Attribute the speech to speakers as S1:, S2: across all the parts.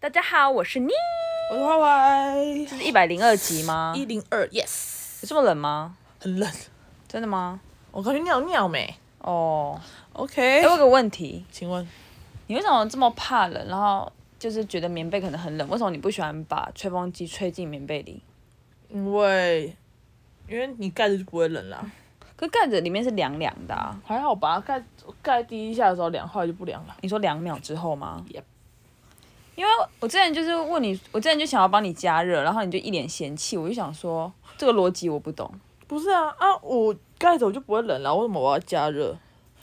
S1: 大家好，我是妮，
S2: 我是歪歪，
S1: 这是一百零二集吗？
S2: 一零二，yes，
S1: 有这么冷吗？
S2: 很冷，
S1: 真的吗？
S2: 我刚去尿尿没
S1: 哦，哎、
S2: ？OK，
S1: 我有个问题，
S2: 请问
S1: 你为什么这么怕冷？然后就是觉得棉被可能很冷，为什么你不喜欢把吹风机吹进棉被里？
S2: 因为因为你盖着就不会冷啦，
S1: 可盖子里面是凉凉的、啊，
S2: 还好吧？盖盖第一下的时候凉，后来就不凉了。
S1: 你说两秒之后吗
S2: Yep
S1: 因为我之前就是问你，我之前就想要帮你加热，然后你就一脸嫌弃，我就想说这个逻辑我不懂，
S2: 不是啊啊，我盖着我就不会冷啦，为什么我要加热？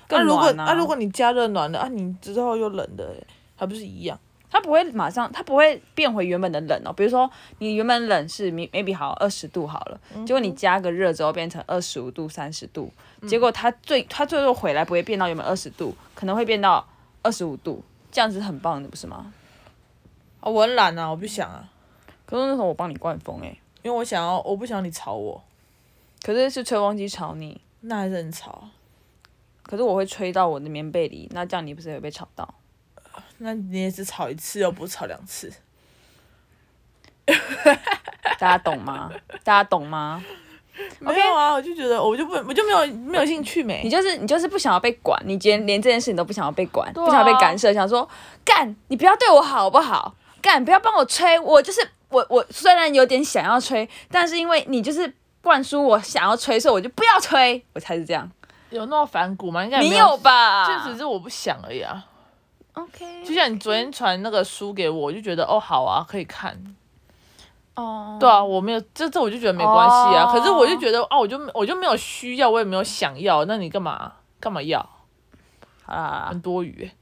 S1: 更
S2: 如果
S1: 暖
S2: 啊，如果你加热暖了啊，你之后又冷的、还不是一样？
S1: 它不会马上，它不会变回原本的冷哦。比如说，你原本冷是 may- maybe 好二十度好了，结果你加个热之后变成二十五度、三十度，结果它最它最后回来不会变到原本二十度，可能会变到二十五度，这样子很棒的，不是吗？
S2: 啊，我很懒啊，我不想啊，
S1: 可是那时候我帮你灌风欸诶、
S2: 因为我想要，我不想你吵我，
S1: 可是是吹风机吵你，
S2: 那还是很吵啊。
S1: 可是我会吹到我的棉被里，那这样你不是也会被吵到？
S2: 那你也只吵一次，又不是吵两次。
S1: 大家懂吗？大家懂吗？
S2: 没有啊，我就觉得我就不我就没有没有兴趣没
S1: 你。就是你就是不想要被管，你连连这件事情都不想要被管，
S2: 啊
S1: 不想要被干涉，想说干你不要对我好不好？干不要帮我吹，我就是我我虽然有点想要吹，但是因为你就是灌输我想要吹，所以我就不要吹，我才是这样。
S2: 有那么反骨吗？应该也
S1: 你
S2: 没
S1: 有吧？
S2: 就只是我不想而已啊。
S1: OK，
S2: 就像你昨天传那个书给我，我就觉得哦好啊，可以看。
S1: 哦，
S2: 对啊，我没有这这我就觉得没关系啊。
S1: 哦
S2: 可是我就觉得啊，我就我就没有需要，我也没有想要，那你干嘛干嘛要？
S1: 好啦
S2: 很多余欸。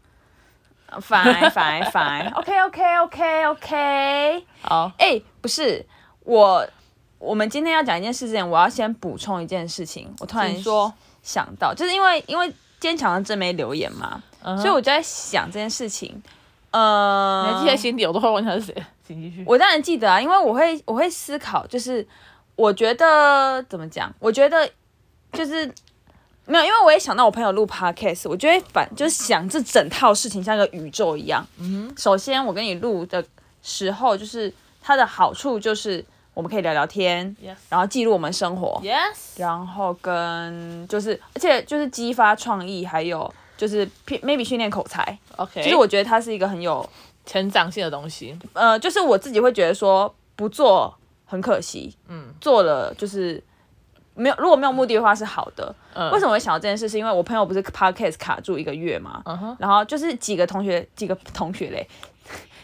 S1: ，fine fine fine，OK OK OK OK。
S2: 好，
S1: 哎、不是我，我们今天要讲一件事情，我要先补充一件事情。我突然
S2: 请说
S1: 想到，就是因为因为坚强的真没留言嘛，
S2: 嗯哼
S1: 所以我就在想这件事情。呃，
S2: 你还记在心底，我都会问他是谁。请继续。
S1: 我当然记得啊，因为我会我会思考，就是我觉得怎么讲？我觉得就是没有，因为我也想到我朋友录 podcast，我就会反就是想这整套事情像一个宇宙一样。嗯，首先我跟你录的时候，就是它的好处就是我们可以聊聊天
S2: Yes
S1: 然后记录我们生活
S2: Yes，
S1: 然后跟就是而且就是激发创意，还有就是偏 maybe 训练口才。
S2: OK，
S1: 就是我觉得它是一个很有
S2: 成长性的东西。
S1: 呃，就是我自己会觉得说不做很可惜，
S2: 嗯
S1: 做了就是没有如果没有目的的话是好的。
S2: 嗯，
S1: 为什么
S2: 么？
S1: 我会想到这件事？是因为我朋友不是 podcast 卡住一个月嘛，
S2: 嗯哼，
S1: 然后就是几个同学、几个同学嘞，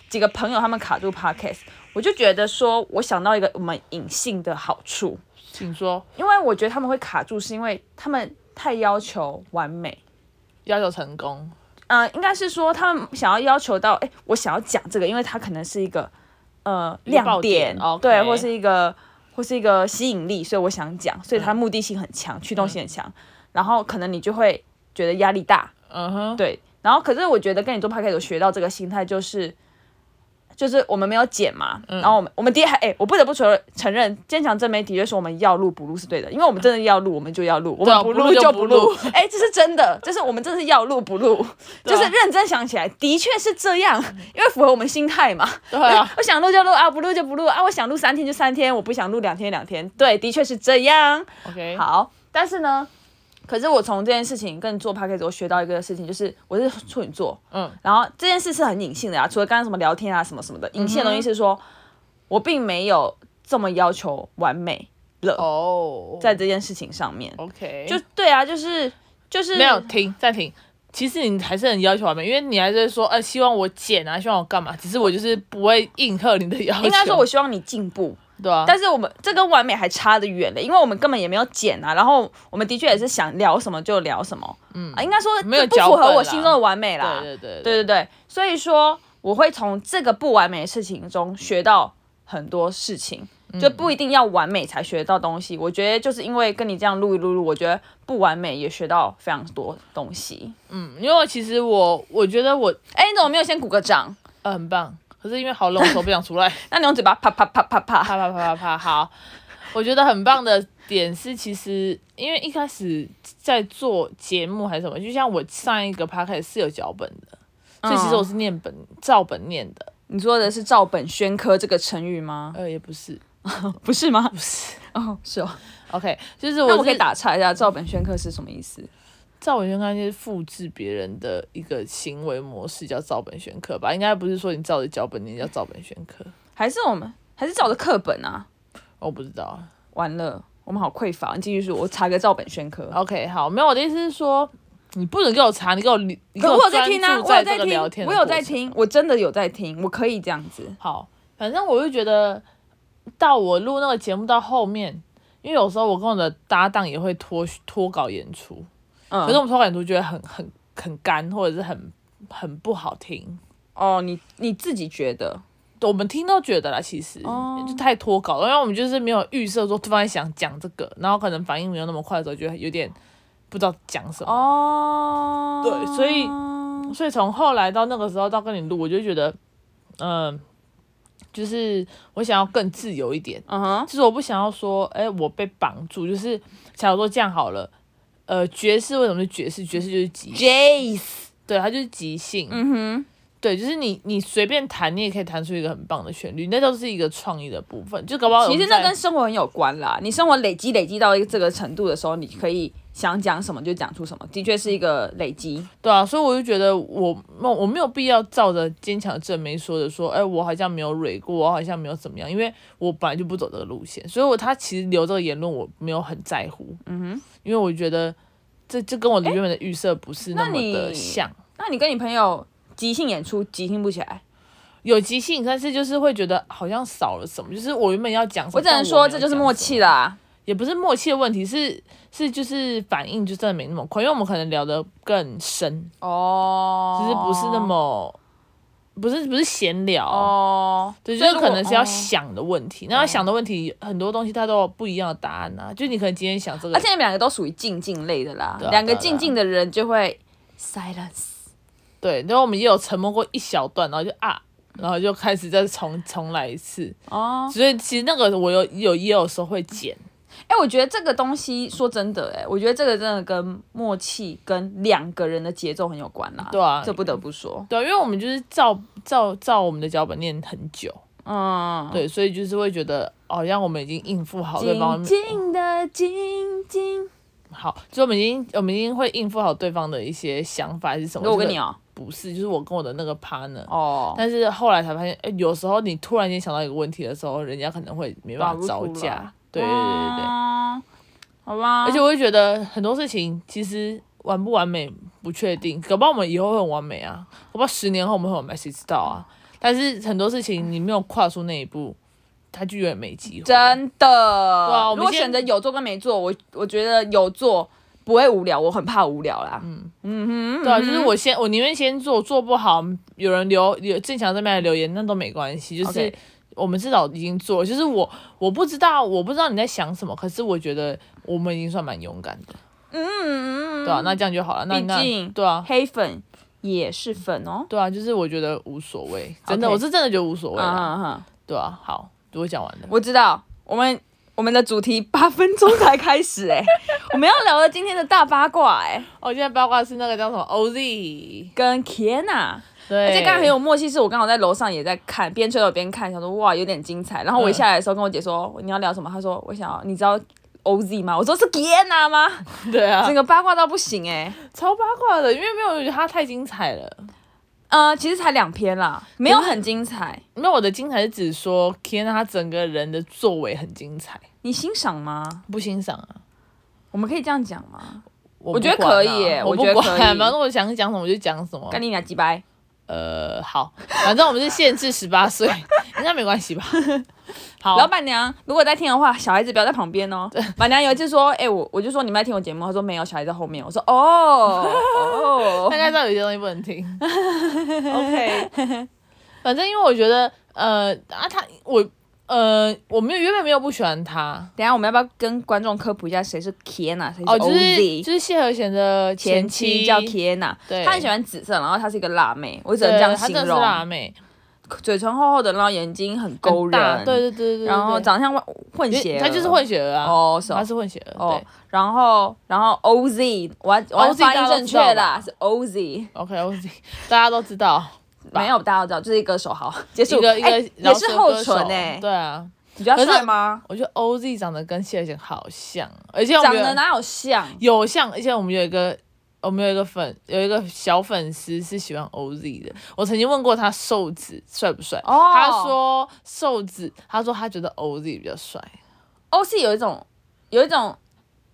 S1: 几个朋友他们卡住 podcast，我就觉得说我想到一个我们隐性的好处，
S2: 请说，
S1: 因为我觉得他们会卡住是因为他们太要求完美。
S2: 要求成功。
S1: 呃，应该是说他们想要要求到，哎、我想要讲这个，因为它可能是一个呃
S2: 一个
S1: 亮
S2: 爆点
S1: 点，
S2: ，OK
S1: 对，或是一个或是一个吸引力，所以我想讲，所以
S2: 嗯
S1: 它目的性很强，驱动性很强，然后可能你就会觉得压力大，
S2: 嗯哼，
S1: 对，然后可是我觉得跟你做 p o d c a s 学到这个心态就是。就是我们没有剪嘛，
S2: 嗯
S1: 然后我们我们第一还哎、我不得不承认承认，坚强正媒的确是我们要录不录是对的，因为我们真的要录，我们就要录，我
S2: 对啊
S1: 们不
S2: 不录
S1: 录
S2: 就
S1: 就
S2: 不
S1: 不
S2: 录
S1: 录，哎、这是真的，就是我们真的是要录不录，
S2: 对
S1: 就
S2: 啊嗯
S1: 是认真想起来，的确是这样，因为符合我们心态嘛。
S2: 对啊，
S1: 我想录就录啊，不录就不录啊，我想录三天就三天，我不想录两天两天，对，的确是这样。
S2: OK，，
S1: 好，但是呢，可是我从这件事情跟做 p a c k a g e 我学到一个事情，就是我是处女座，
S2: 嗯，
S1: 然后这件事是很隐性的啊，除了刚刚什么聊天啊什么什么的，隐性的
S2: 嗯
S1: 东西是说、我并没有这么要求完美了，
S2: 哦，
S1: 在这件事情上面，
S2: OK，
S1: 就对啊，就是就是
S2: 没有停暂停。其实你还是很要求完美，因为你还是会说，呃，希望我减啊，希望我干嘛？只是我就是不会应和你的要求。
S1: 应该说，我希望你进步，
S2: 对啊，
S1: 但是我们这跟完美还差得远了，因为我们根本也没有剪啊，然后我们的确也是想聊什么就聊什么，嗯，啊、应该说
S2: 没有
S1: 这不符
S2: 脚
S1: 合
S2: 本
S1: 我
S2: 啦
S1: 心中的完美啦，
S2: 对对对
S1: 对对对，所以说我会从这个不完美的事情中学到很多事情，就不一定要完美才学到东西。我觉得就是因为跟你这样录一录录，我觉得不完美也学到非常多东西。
S2: 嗯，因为其实我我觉得我
S1: 哎，你怎么没有先鼓个掌？
S2: 呃很棒，可是因为好冷，我手不想出来，
S1: 那你用嘴巴啪啪啪啪啪。
S2: 啪啪啪啪啪。好，我觉得很棒的点是，其实因为一开始在做节目还是什
S1: 嗯
S2: 么，就像我上一个 p o d c a s t 是有脚本的，所以其实我是念本照本念的。
S1: 你说的是照本宣科这个成语吗？
S2: 呃，也不是，
S1: 不是吗？
S2: 不是。
S1: 哦，是哦。
S2: OK，就是我
S1: 那我可以
S2: 是
S1: 打岔一下，照本宣科是什么意思？
S2: 照本宣科就是复制别人的一个行为模式，叫照本宣科吧？应该不是说你照着脚本念叫照本宣科，
S1: 还是我们还是照着课本啊？
S2: 我不知道啊。
S1: 完了，我们好匮乏。你继续说，我查个照本宣科。
S2: OK，好，没有我的意思是说，你不能给我查，你给我理，你给
S1: 可我有
S2: 在
S1: 在听啊，我有
S2: 在
S1: 在
S2: 这个
S1: 听
S2: 聊天，的
S1: 我有
S2: 过
S1: 在
S2: 程
S1: 听，我真的有在听，我可以这样子。
S2: 好，反正我就觉得，到我录那个节目到后面，因为有时候我跟我的搭档也会拖拖稿演出，
S1: 嗯，
S2: 可是我们拖稿演出觉得很很很干，或者是很很不好听。
S1: 哦，你你自己觉得
S2: 我们听都觉得啦，其实、
S1: 哦
S2: 就太脱稿了，因为我们就是没有预设说突然想讲这个，然后可能反应没有那么快的时候，就有点不知道讲什么。
S1: 哦？
S2: 对所以
S1: 嗯
S2: 所以从后来到那个时候到跟你录，我就觉得，嗯、就是我想要更自由一点，
S1: 嗯哼，
S2: 就是我不想要说，哎、我被绑住，就是假如说这样好了，呃，爵士为什么是爵士？爵士就是即，
S1: Jace，
S2: 对，它就是即兴，
S1: 嗯
S2: 对，就是你你随便弹，你也可以弹出一个很棒的旋律，那都是一个创意的部分，就搞不好
S1: 哼，其实那
S2: 我们在
S1: 跟生活很有关啦。你生活累积累积到一个这个程度的时候，你可以想讲什么就讲出什么，的确是一个累积。
S2: 对啊，所以我就觉得我没我没有必要照着坚强的正妹说的说，哎、我好像没有蕊过，我好像没有怎么样，因为我本来就不走这个路线，所以我他其实留这个言论我没有很在乎，嗯哼，因为我觉得这这跟我的原本的预设不是
S1: 哎
S2: 那
S1: 那
S2: 么的
S1: 你
S2: 像。
S1: 那你跟你朋友即兴演出，即兴不起来。
S2: 有即兴，但是就是会觉得好像少了什么，就是我原本要讲什么，
S1: 我只能
S2: 但
S1: 说
S2: 没有
S1: 这就是
S2: 讲
S1: 默
S2: 什么
S1: 契，啦。
S2: 也不是默契的问题，是是就是反应就真的没那么快，因为我们可能聊得更深，
S1: 哦
S2: 就是不是那么不是不是闲聊，
S1: 哦，
S2: 对，就
S1: 所以
S2: 是
S1: 如
S2: 可
S1: 果
S2: 能是要
S1: 哦
S2: 想的问题，那要想的问题很多东西它都有不一样的答案呐、就你可能今天想这个
S1: 而，且你们两个都属于静静类的啦
S2: 对，啊啊
S1: 两个
S2: 对啊
S1: 静静的人就会 silence。
S2: 对，然后我们也有沉默过一小段，然后就啊。然后就开始再重重来一次，
S1: 哦，
S2: 所以其实那个我有有也有时候会剪，
S1: 哎、我觉得这个东西说真的、哎，我觉得这个真的跟默契跟两个人的节奏很有关啦。
S2: 对啊
S1: 这不得不说。
S2: 对，因为我们就是照照照我们的脚本念很久，
S1: 嗯，
S2: 对，所以就是会觉得好像我们已经应付好对方
S1: 静，静的静静。
S2: 好，就我们已经我们已经会应付好对方的一些想法还是什么。
S1: 我跟
S2: 这个
S1: 你哦、
S2: 不是，就是我跟我的那个 partner，、
S1: 哦，
S2: 但是后来才发现，哎、有时候你突然间想到一个问题的时候，人家可能会没
S1: 打
S2: 办
S1: 不
S2: 法
S1: 出
S2: 招
S1: 来
S2: 架，对对对对对，
S1: 哦好吧。
S2: 而且我会觉得很多事情其实完不完美不确定，搞不好我们以后会很完美啊，搞不好十年后我们会很完美，谁知道啊？但是很多事情你没有跨出那一步，它就永远没机会。
S1: 真的，对
S2: 啊我们
S1: 如果
S2: 先
S1: 选择有做跟没做，我我觉得有做不会无聊，我很怕无聊啦。
S2: 嗯对啊，
S1: 嗯
S2: 就是我先，我宁愿先做，做不好有人留有正强这边来留言，那都没关系，就是
S1: OK
S2: 我们至少已经做了。就是我我不知道，我不知道你在想什么，可是我觉得我们已经算蛮勇敢的，
S1: 嗯，
S2: 对啊，那这样就好了。那
S1: 毕
S2: 那
S1: 竟
S2: 对啊。
S1: 黑粉也是粉哦。
S2: 对啊，就是我觉得无所谓，真的
S1: OK
S2: 我是真的觉得无所谓
S1: 嗯
S2: 啊。
S1: 嗯嗯，
S2: 对啊，好，我讲完了。
S1: 我知道，我们我们的主题八分钟才开始 哎、我们要聊的今天的大八卦哎、
S2: 哦，现在八卦是那个叫什么 OZ，
S1: 跟 Kiana，
S2: 对，
S1: 而且刚才很有默契，是我刚好在楼上也在看，边吹头边看，想说哇有点精彩。然后我一下来的时候跟我姐说、
S2: 嗯
S1: 你要聊什么，她说我想要你知道 OZ 吗？我说是 Kiana 吗？
S2: 对啊
S1: 整，个八卦到不行哎、
S2: 超八卦的，因为没有人觉得它太精彩了。
S1: 呃，其实才两篇啦，没有很精彩。
S2: 因为我的精彩是指说 Kiana 她整个人的作为很精彩，
S1: 你欣赏吗？
S2: 不欣赏啊。
S1: 我们可以这样讲吗？
S2: 我
S1: 我
S2: 不
S1: 觉得
S2: 管
S1: 可
S2: 啊
S1: 以耶
S2: 我
S1: 我觉得
S2: 不管
S1: 可以
S2: 反正我想讲什么我就讲什么
S1: 干。你俩几掰？
S2: 呃，好，反正我们是限制十 八岁，应该没关系吧？好，
S1: 老板娘，如果在听的话，小孩子不要在旁边 哦。板娘有一次说：“哎、我我就说你们在听我节目。”她说：“没有，小孩在后面。”我说：“ 哦哦
S2: 大，概知道有些东西不能听。OK，反正因为我觉得，呃，啊，他我，呃，我没有原本没有不喜欢他，
S1: 等一下我们要不要跟观众科普一下谁是 Kiana，谁是
S2: 哦，就是
S1: OZ？、
S2: 就是谢和弦的
S1: 前
S2: 妻
S1: 妻叫 Kiana，
S2: 对
S1: 她很喜欢紫色，然后她是一个辣妹，我只
S2: 对
S1: 能这样
S2: 她
S1: 形
S2: 真的是
S1: 容。
S2: 辣妹，
S1: 嘴唇厚厚的，然后眼睛很勾
S2: 很大
S1: 人，
S2: 对对对对对，
S1: 然后
S2: 对
S1: 长得像外混
S2: 因为
S1: 血儿，
S2: 她就是混血儿啊，
S1: 哦，是哦
S2: 她是混血儿，
S1: 哦
S2: 对，
S1: 然后然后 OZ，我要我要
S2: OZ
S1: 发音
S2: 大家都
S1: 正
S2: 知道
S1: 确
S2: 吧
S1: 啦，是 OZ。
S2: ，OK，我大家都知道，吧？
S1: 没有大家都知道，就是一个手 好结束，
S2: 一个一个
S1: 哎
S2: 饶
S1: 也
S2: 舌
S1: 是
S2: 歌
S1: 厚唇
S2: 手
S1: 哎、
S2: 对啊，
S1: 你觉得
S2: 可
S1: 他
S2: 是
S1: 帅吗？
S2: 我觉得 OZ 长得跟谢贤好像，而且我
S1: 长
S2: 们
S1: 得
S2: 有
S1: 哪有像？
S2: 有像，而且我们有一个。我们有一个粉，有一个小粉丝是喜欢 OZ 的。我曾经问过他瘦子帅不帅
S1: 哦
S2: 他说瘦子，他说他觉得 OZ 比较帅，
S1: OC 有一种有一种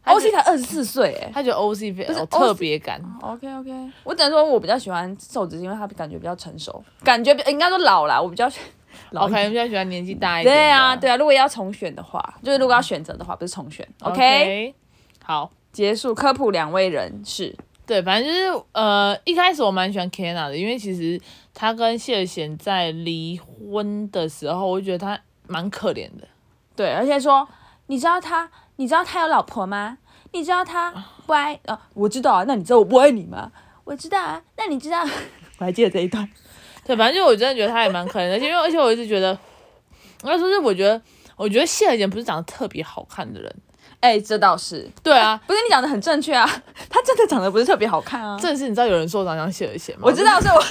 S2: 他觉
S1: ，OC 才二十四岁哎。
S2: 他觉得 OZ 比较
S1: 不是
S2: 有
S1: OZ
S2: 特别感。
S1: OK OK，我只能说我比较喜欢瘦子，因为他感觉比较成熟，感觉比应该说老啦，我比较喜老一
S2: OK，
S1: 点。
S2: 比较喜欢年纪大一点的。
S1: 对啊，对啊，如果要重选的话，就是如果要选择的话，不是重选。OK，,
S2: OK，好，
S1: 结束科普两位人士，
S2: 对，反正就是呃，一开始我蛮喜欢 Kenna 的，因为其实她跟谢贤在离婚的时候，我就觉得她蛮可怜的。
S1: 对，而且说你知道他，你知道他有老婆吗？你知道他不爱呃，我知道啊，那你知道我不爱你吗？我知道啊，那你知道？ 我还记得这一段，
S2: 对，反正就我真的觉得她也蛮可怜的，而且因为而且我一直觉得，应该说是我觉得，我觉得谢贤不是长得特别好看的人。
S1: 哎、这倒是，
S2: 对啊，
S1: 不是你讲的很正确啊，他真的长得不是特别好看啊。
S2: 正是你知道有人说我长得像谢贤吗？
S1: 我知，道，所以我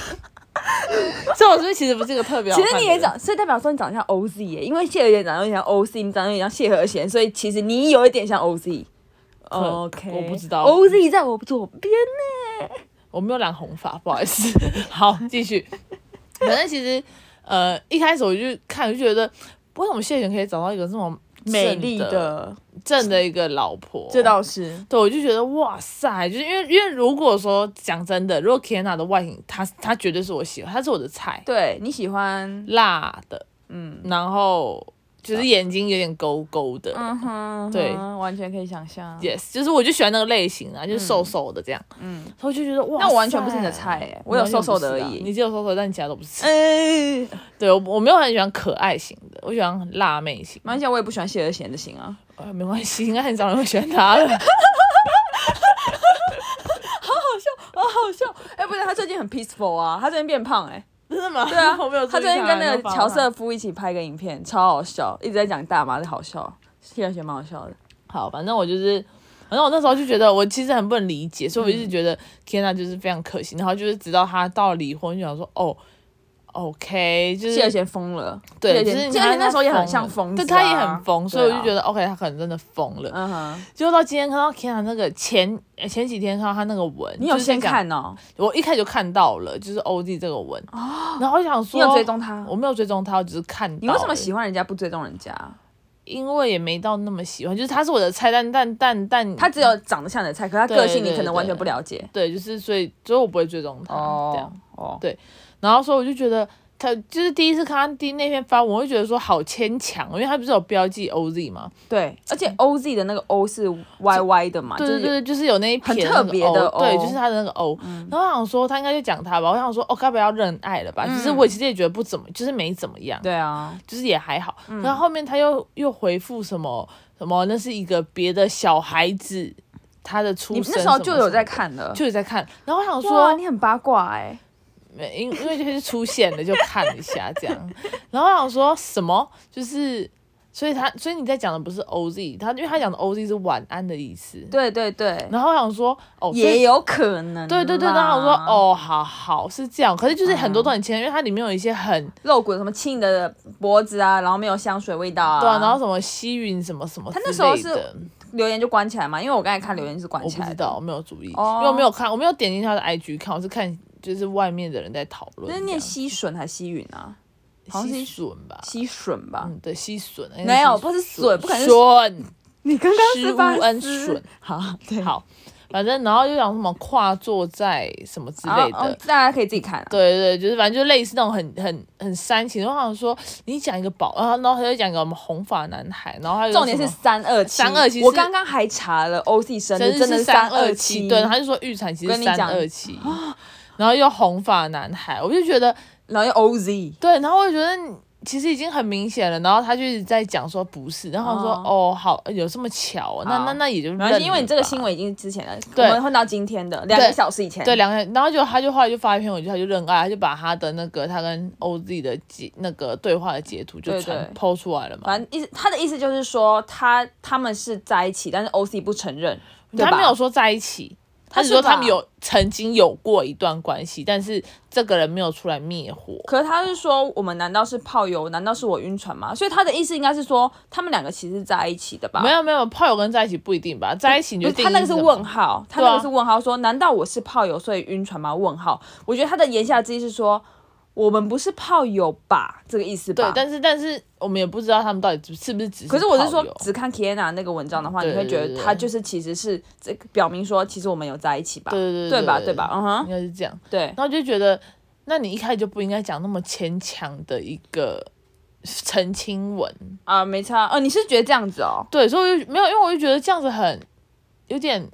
S2: 所以我是不是其实不是一个特别好
S1: 其
S2: 看的
S1: 实
S2: 人。
S1: 你也长，所以代表说你长得像 OZ 耶、因为谢和弦长得有点像 OZ，你长得有点像谢和弦，所以其实你有一点像 OZ。OK，
S2: 我不知道
S1: OZ 在我左边呢、
S2: 我没有染红发，不好意思。好，继续。反正其实，呃，一开始我就看，我就觉得，为什么谢贤可以找到一个这么
S1: 美丽
S2: 正的、
S1: 的，
S2: 正的一个老婆？
S1: 这倒是。
S2: 对，我就觉得哇塞，就是因为因为如果说讲真的，如果 Kiana 的外形，她她绝对是我喜欢，她是我的菜，
S1: 对你喜欢，
S2: 辣的，
S1: 嗯
S2: 然后就是眼睛有点勾勾的、
S1: 嗯哼，
S2: 对
S1: 嗯哼完全可以想象。
S2: y e s 就是我就喜欢那个类型啊，就是瘦瘦的这样，
S1: 嗯，
S2: 所以我就觉得哇塞，
S1: 那我完全不是你的菜耶我有
S2: 完全
S1: 瘦瘦
S2: 不是
S1: 的而
S2: 啊
S1: 已
S2: 你只有瘦瘦，但你其他都不是。
S1: 哎，
S2: 对我我没有很喜欢可爱型的，我喜欢辣妹型。
S1: 蛮想我也不喜欢谢和弦的型啊，
S2: 呃，没关系，应该很少人会喜欢她 了。
S1: 好好笑。哎、不是，他最近很 peaceful 啊，他最近变胖哎、
S2: 真的吗？，
S1: 对啊
S2: 我没有注
S1: 他
S2: 意
S1: 最近跟那
S2: 没
S1: 个
S2: 有
S1: 乔
S2: 发
S1: 瑟夫一起拍个影片，超好笑，一直在讲大麻的好笑，谢和弦蛮好笑的。
S2: 好，反正我就是，反正我那时候就觉得我其实很不能理解，所以我一
S1: 嗯
S2: 直觉得、天呐，就是非常可惜。然后就是直到他到了离婚，就想说哦，OK，就
S1: 谢和
S2: 是
S1: 弦疯了，谢
S2: 对，就
S1: 和
S2: 是
S1: 弦
S2: 你
S1: 谢和
S2: 看
S1: 弦那时候也
S2: 他
S1: 很像
S2: 疯
S1: 疯
S2: 了
S1: 子、啊，
S2: 对，他也很疯，所以我就觉
S1: 得，
S2: 得、OK，他可能真的疯了。
S1: 嗯哼，
S2: 结果到今天看到天呐，啊那个前呃前几天看到他那个文，
S1: 你有
S2: 就是在
S1: 先
S2: 讲
S1: 看哦，
S2: 我一开始就看到了，就是 OZ 这个文，然后我想
S1: 你
S2: 说，
S1: 有追踪他
S2: 我，没有追踪他，我只是看到。
S1: 你为什么喜？欢人家不追踪人家？
S2: 因为也没到那么喜欢，就是他是我的菜，但但但但
S1: 他只有长得像你的菜，可是他
S2: 对
S1: 个性你
S2: 对
S1: 可能完全
S2: 对
S1: 不了解。
S2: 对，就是所以所以我不会追踪他、这
S1: 哦
S2: 样。
S1: 哦，
S2: 对然后所以我就觉得他就是第一次看他第那篇发文，我就觉得说好牵强，因为他不是有标记 OZ 吗？
S1: 对，而且 OZ 的那个 O 是 YY 的嘛，
S2: 嗯对
S1: 啊就
S2: 对
S1: 是有
S2: 对，就是有那一
S1: 很
S2: 撇
S1: 特别的
S2: O，对，
S1: O 嗯
S2: 就是他的那个 O。然后我想说他应该就讲他吧，我想说哦，该不要认爱了吧？其实我其实也觉得不怎么，就是没怎么
S1: 嗯
S2: 样。
S1: 对嗯啊，
S2: 就是也还好。然后后面他又又回复什么什么，那是一个别的小孩子他的出
S1: 你
S2: 生
S1: 那时候
S2: 什么
S1: 就
S2: 什么
S1: 有在看了，
S2: 就有在看，然后我想
S1: 哇，
S2: 说，
S1: 你很八卦哎，
S2: 没因因为就是出现了就看一下 这样，然后我想说什么就是。所以他，所以你在讲的不是 OZ，他因为他讲的 OZ 是晚安的意思。
S1: 对对对，
S2: 然后我想说，哦，所以
S1: 也有可能啦，
S2: 对对对，然后我说，哦，好好是这样，可是就是很多都很牵，因为它里面有一些很
S1: 露骨的什么亲你的脖子啊，然后没有香水味道啊。
S2: 对啊，然后什么西云什么什么之
S1: 他
S2: 类的。
S1: 那时候是留言就关起来嘛，因为我刚才看留言是关
S2: 我
S1: 起
S2: 不
S1: 来
S2: 知
S1: 的。
S2: 道，我没有注意，
S1: 哦
S2: 因为我没有看，我没有点进他的 IG 看，我是看就是外面的人在讨论
S1: 那
S2: 这样。
S1: 是念西笋还是西云啊？好像
S2: 西
S1: 是
S2: 笋吧？
S1: 西笋吧。
S2: 嗯，对，西笋。应该
S1: 没有不是笋不可能是
S2: 笋。
S1: 你刚刚
S2: 施
S1: 是发
S2: 乌恩
S1: 丝
S2: 笋
S1: 好，对，
S2: 好，反正然后又讲什么跨坐在什么之
S1: 然后
S2: 类的
S1: 哦。大家可以自己看啊。
S2: 对对，对就是反正就类似那种很很很煽情，然后好像说你讲一个宝，然后然后他就讲一个我们红发男孩，然后还有
S1: 重点
S2: 什
S1: 是
S2: 么
S1: 三二七，
S2: 327是
S1: 我刚刚还查了 OC 生日，真的
S2: 是
S1: 是
S2: 三
S1: 二
S2: 七，
S1: 七，
S2: 对，他就说预产期是
S1: 跟你
S2: 三
S1: 讲
S2: 二七，然后又红发男孩，我就觉得
S1: 然后又 OZ，
S2: 对，然后我就觉得你其实已经很明显了，然后他就一直在讲说不是，然后我说哦好，有这么巧哦、那
S1: 好
S2: 那那也就
S1: 没关
S2: 认
S1: 系，因为你这个新
S2: 了吧。
S1: 闻已经之前了，
S2: 对
S1: 我们混到今天的两个
S2: 对
S1: 小时以前，
S2: 对，两个人，然后就他就后来就发一篇文，就他就认爱，他就把他的那个他跟 OZ 的截那个对话的截图就
S1: 对
S2: 传
S1: 对
S2: 抛出来了嘛。
S1: 反正意思他的意思就是说，他他们是在一起，但是 OC 不承认，对
S2: 他
S1: 吧？啊
S2: 没有说在一起，他
S1: 是
S2: 只说他们
S1: 吧
S2: 有曾经有过一段关系，但是这个人没有出来灭火。
S1: 可是他是说，我们难道是炮友？难道是我晕船吗？所以他的意思应该是说，他们两个其实是在一起的吧？
S2: 没，有没有，炮友跟在一起不一定吧，在一起你就定义
S1: 他那个是
S2: 什么
S1: 问号，他那
S2: 对
S1: 个
S2: 啊
S1: 是问号说难道我是炮友所以晕船吗？问号，我觉得他的言下之意是说，我们不是炮友吧？这个意思
S2: 对
S1: 吧，？
S2: 但是但是我们也不知道他们到底是不是只是
S1: 可是我是说
S2: 炮友，
S1: 只看 Kiana 那个文章的话，
S2: 对
S1: 你会觉
S2: 对
S1: 得
S2: 对
S1: 他就是其实是这个表明说，其实我们有在一起吧？
S2: 对对
S1: 对
S2: 对
S1: 吧？对吧？嗯
S2: 应
S1: 哼，
S2: 该是这样。
S1: 对
S2: 然。后就觉得，那你一开始就不应该讲那么牵强的一个澄清文。
S1: 啊，没差。哦，你是觉得这样子哦？
S2: 对，所以我就没有，因为我就觉得这样子很有点，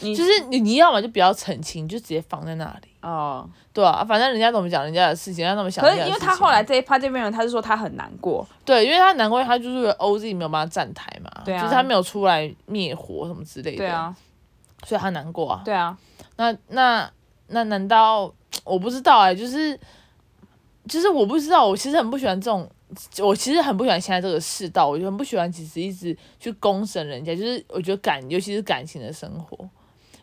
S1: 你
S2: 就是你你要么就不要澄清，就直接放在那里。
S1: 哦，
S2: 对啊，反正人家怎么讲人家的事情，让他们想
S1: 可
S2: 人
S1: 是
S2: 家的
S1: 因
S2: 事情。
S1: 为他后来这一趴这边人，他是说他很难过，
S2: 对，因为他难怪他就是 OZ 没有帮他站台嘛，
S1: 对啊
S2: 就是他没有出来灭火什么之类的，
S1: 对啊，
S2: 所以他难过啊。
S1: 对啊，
S2: 那那那难道我不知道哎、就是就是我不知道，我其实很不喜欢这种，我其实很不喜欢现在这个世道，我就很不喜欢其实一直去公审人家，就是我觉得感，尤其是感情的生活，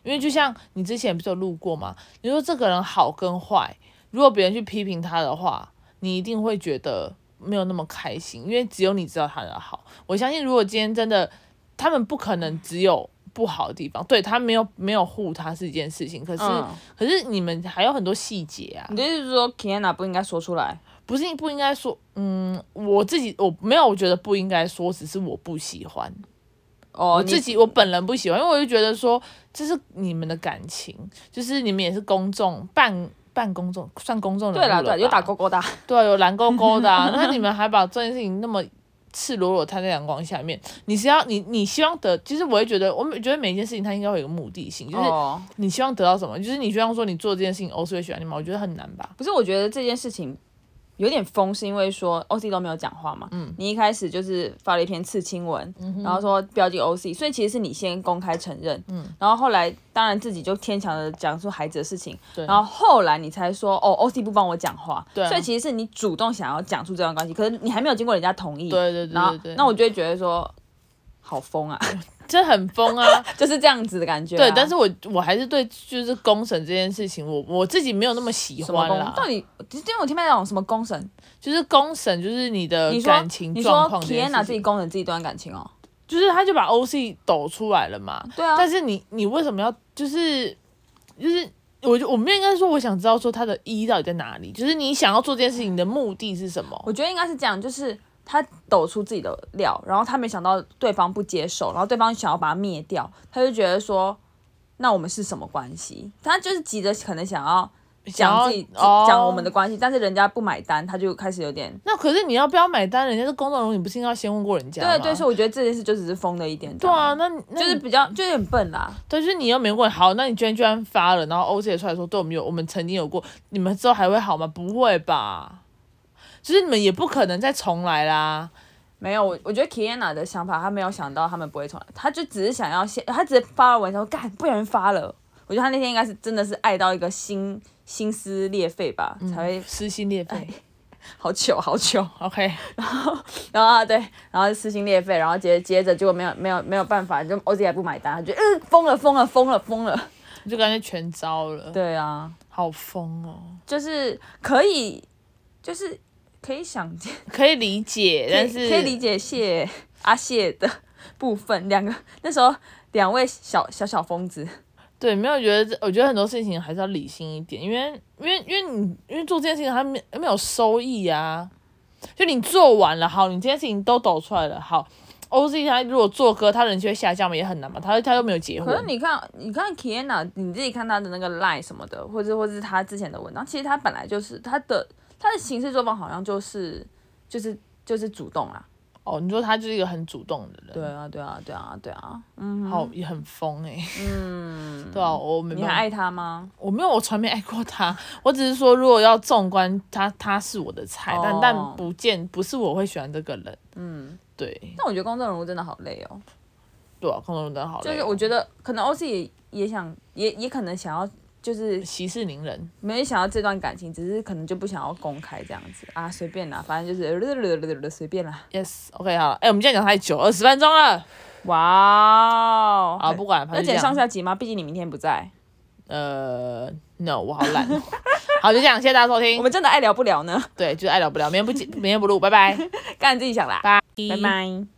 S2: 因为就像你之前不是有录过吗？你说这个人好跟坏，如果别人去批评他的话，你一定会觉得没有那么开心，因为只有你知道他的好。我相信，如果今天真的他们不可能只有不好的地方，对他没有没有护他是一件事情，可是、
S1: 嗯
S2: 可是你们还有很多细节啊
S1: 你，的意思是说 Kiana 不应该说出来？
S2: 不是不应该说，嗯，我自己我没有，我觉得不应该说，只是我不喜欢，
S1: 哦
S2: 我自己我本人不喜欢，因为我就觉得说这是你们的感情，就是你们也是公众半。半公众算公众人物
S1: 对啦，
S2: 了吧
S1: 对，有打勾勾的啊，
S2: 对啊，有蓝勾勾的、啊， 那你们还把这件事情那么赤裸裸地摊在阳光下面，你是要你你希望得，其实我会觉得，我们觉得每一件事情它应该会有一个目的性，就是
S1: 哦，
S2: 你希望得到什么，就是你希望说你做这件事情，哦欧是会喜欢你吗？我觉得很难吧。
S1: 不是，我觉得这件事情有点疯，是因为说 OC 都没有讲话嘛，
S2: 嗯
S1: 你一开始就是发了一篇刺青文，然后说标记 OC，所以其实是你先公开承认，
S2: 嗯
S1: 然后后来当然自己就牵强的讲出孩子的事情，
S2: 对
S1: 然后后来你才说哦 OC 不帮我讲话，
S2: 对啊
S1: 所以其实是你主动想要讲出这段关系，可是你还没有经过人家同意，
S2: 对对对
S1: 然后
S2: 对对，
S1: 那我就会觉得说好疯啊，
S2: 这很疯啊，
S1: 就是这样子的感觉啊、
S2: 对，但是我我还是对就是公审这件事情，我我自己没有那么喜
S1: 什么
S2: 欢
S1: 公
S2: 啦
S1: 到。底，因为我听不太懂什么公审。
S2: 就是公审就是你的
S1: 你说
S2: 呃感情
S1: 你
S2: 状
S1: 说
S2: 况这
S1: k
S2: 件
S1: i
S2: 事
S1: a n
S2: 情，
S1: 自己公审自己一段感情哦。
S2: 就是他就把 OC 抖出来了嘛。
S1: 对啊，
S2: 但是你你为什么要就是就是我就我们应该说，我想知道说他的一、到底在哪里，就是你想要做这件事情的目的是什么？
S1: 我觉得应该是这样，就是他抖出自己的料，然后他没想到对方不接受，然后对方想要把他灭掉，他就觉得说，那我们是什么关系？他就是急着可能想要
S2: 想要
S1: 讲自己
S2: 哦
S1: 讲我们的关系，但是人家不买单，他就开始有点。
S2: 那可是你要不要买单？人家是公众人物，你不是应该要先问过人家吗？
S1: 对对，所以我觉得这件事就只是疯了一点。
S2: 对啊，，那那
S1: 就
S2: 你
S1: 是比较就有点笨啦。
S2: 对，就是你又没问好，那你居然居然发了，然后 O C 也出来说，对我们有，我们曾经有过，你们之后还会好吗？不会吧？就是你们也不可能再重 来啦。
S1: 没有，我我觉得 Kiana 的想法，他没有想到他们不会重来，他就只是想要先，他直接发了文章，干不小心发了。我觉得他那天应该是真的是爱到一个心心撕裂肺吧，
S2: 嗯
S1: 才会
S2: 撕心裂肺。
S1: 好糗好糗。
S2: OK，
S1: 哎然后啊对，然后撕心裂肺，然后接接着结果没有没有没有办法，就 OZ 还不买单，他就嗯疯了疯了疯了疯了。
S2: 就感觉全招了，
S1: 对啊，
S2: 好疯哦，
S1: 就是可以，就是可以想见，
S2: 可以理解，但是
S1: 可以理。解谢阿谢的部分，两个那时候两位小小小疯子。
S2: 对，没有觉得这，我觉得很多事情还是要理性一点，因为因为因为你因为做这件事情它没没有收益啊，就你做完了好，你这件事情都抖出来了好。OZ 他如果做歌，他人气会下降嘛，也很难嘛。他他又没有结婚
S1: 可，是你看，你看 Kiana，你自己看她的那个 line 什么的，或者或是她之前的文章，其实她本来就是她的她的行事作风好像就是就是就是主动啦。
S2: 哦，你说他就是一个很主动的人，
S1: 对啊，对啊，对啊，对啊。
S2: 好也很疯哎、嗯， 对啊，我没
S1: 你还
S2: 办法
S1: 爱她吗？
S2: 我没有，我从来没爱过他。我只是说，如果要纵观他，他是我的菜，但
S1: 哦
S2: 但不见不是我会喜欢这个人。嗯，对
S1: 但我觉得公众人物真的好累哦。
S2: 对啊，空中灯好累哦，
S1: 就是我觉得可能 OC 也也想也也可能想要。就是
S2: 息事宁人。
S1: 没有想要这段感情，只是可能就不想要公开这样子啊，随便啦，反正就是 随便啦。
S2: Yes，OK，、好了，哎、我们今天讲太久，二十分钟了，
S1: 哇哦，
S2: 好，不管，反
S1: 要
S2: 正就
S1: 剪
S2: 这样
S1: 上下集吗？毕竟你明天不在。
S2: 呃，no，我好懒哦、 好，就这样，谢谢大家收
S1: 我
S2: 听。
S1: 们真的爱聊不聊呢？
S2: 对，就是爱聊不聊，明天不见，明天不录，拜拜，
S1: 干自己想啦，
S2: 拜
S1: 拜。拜。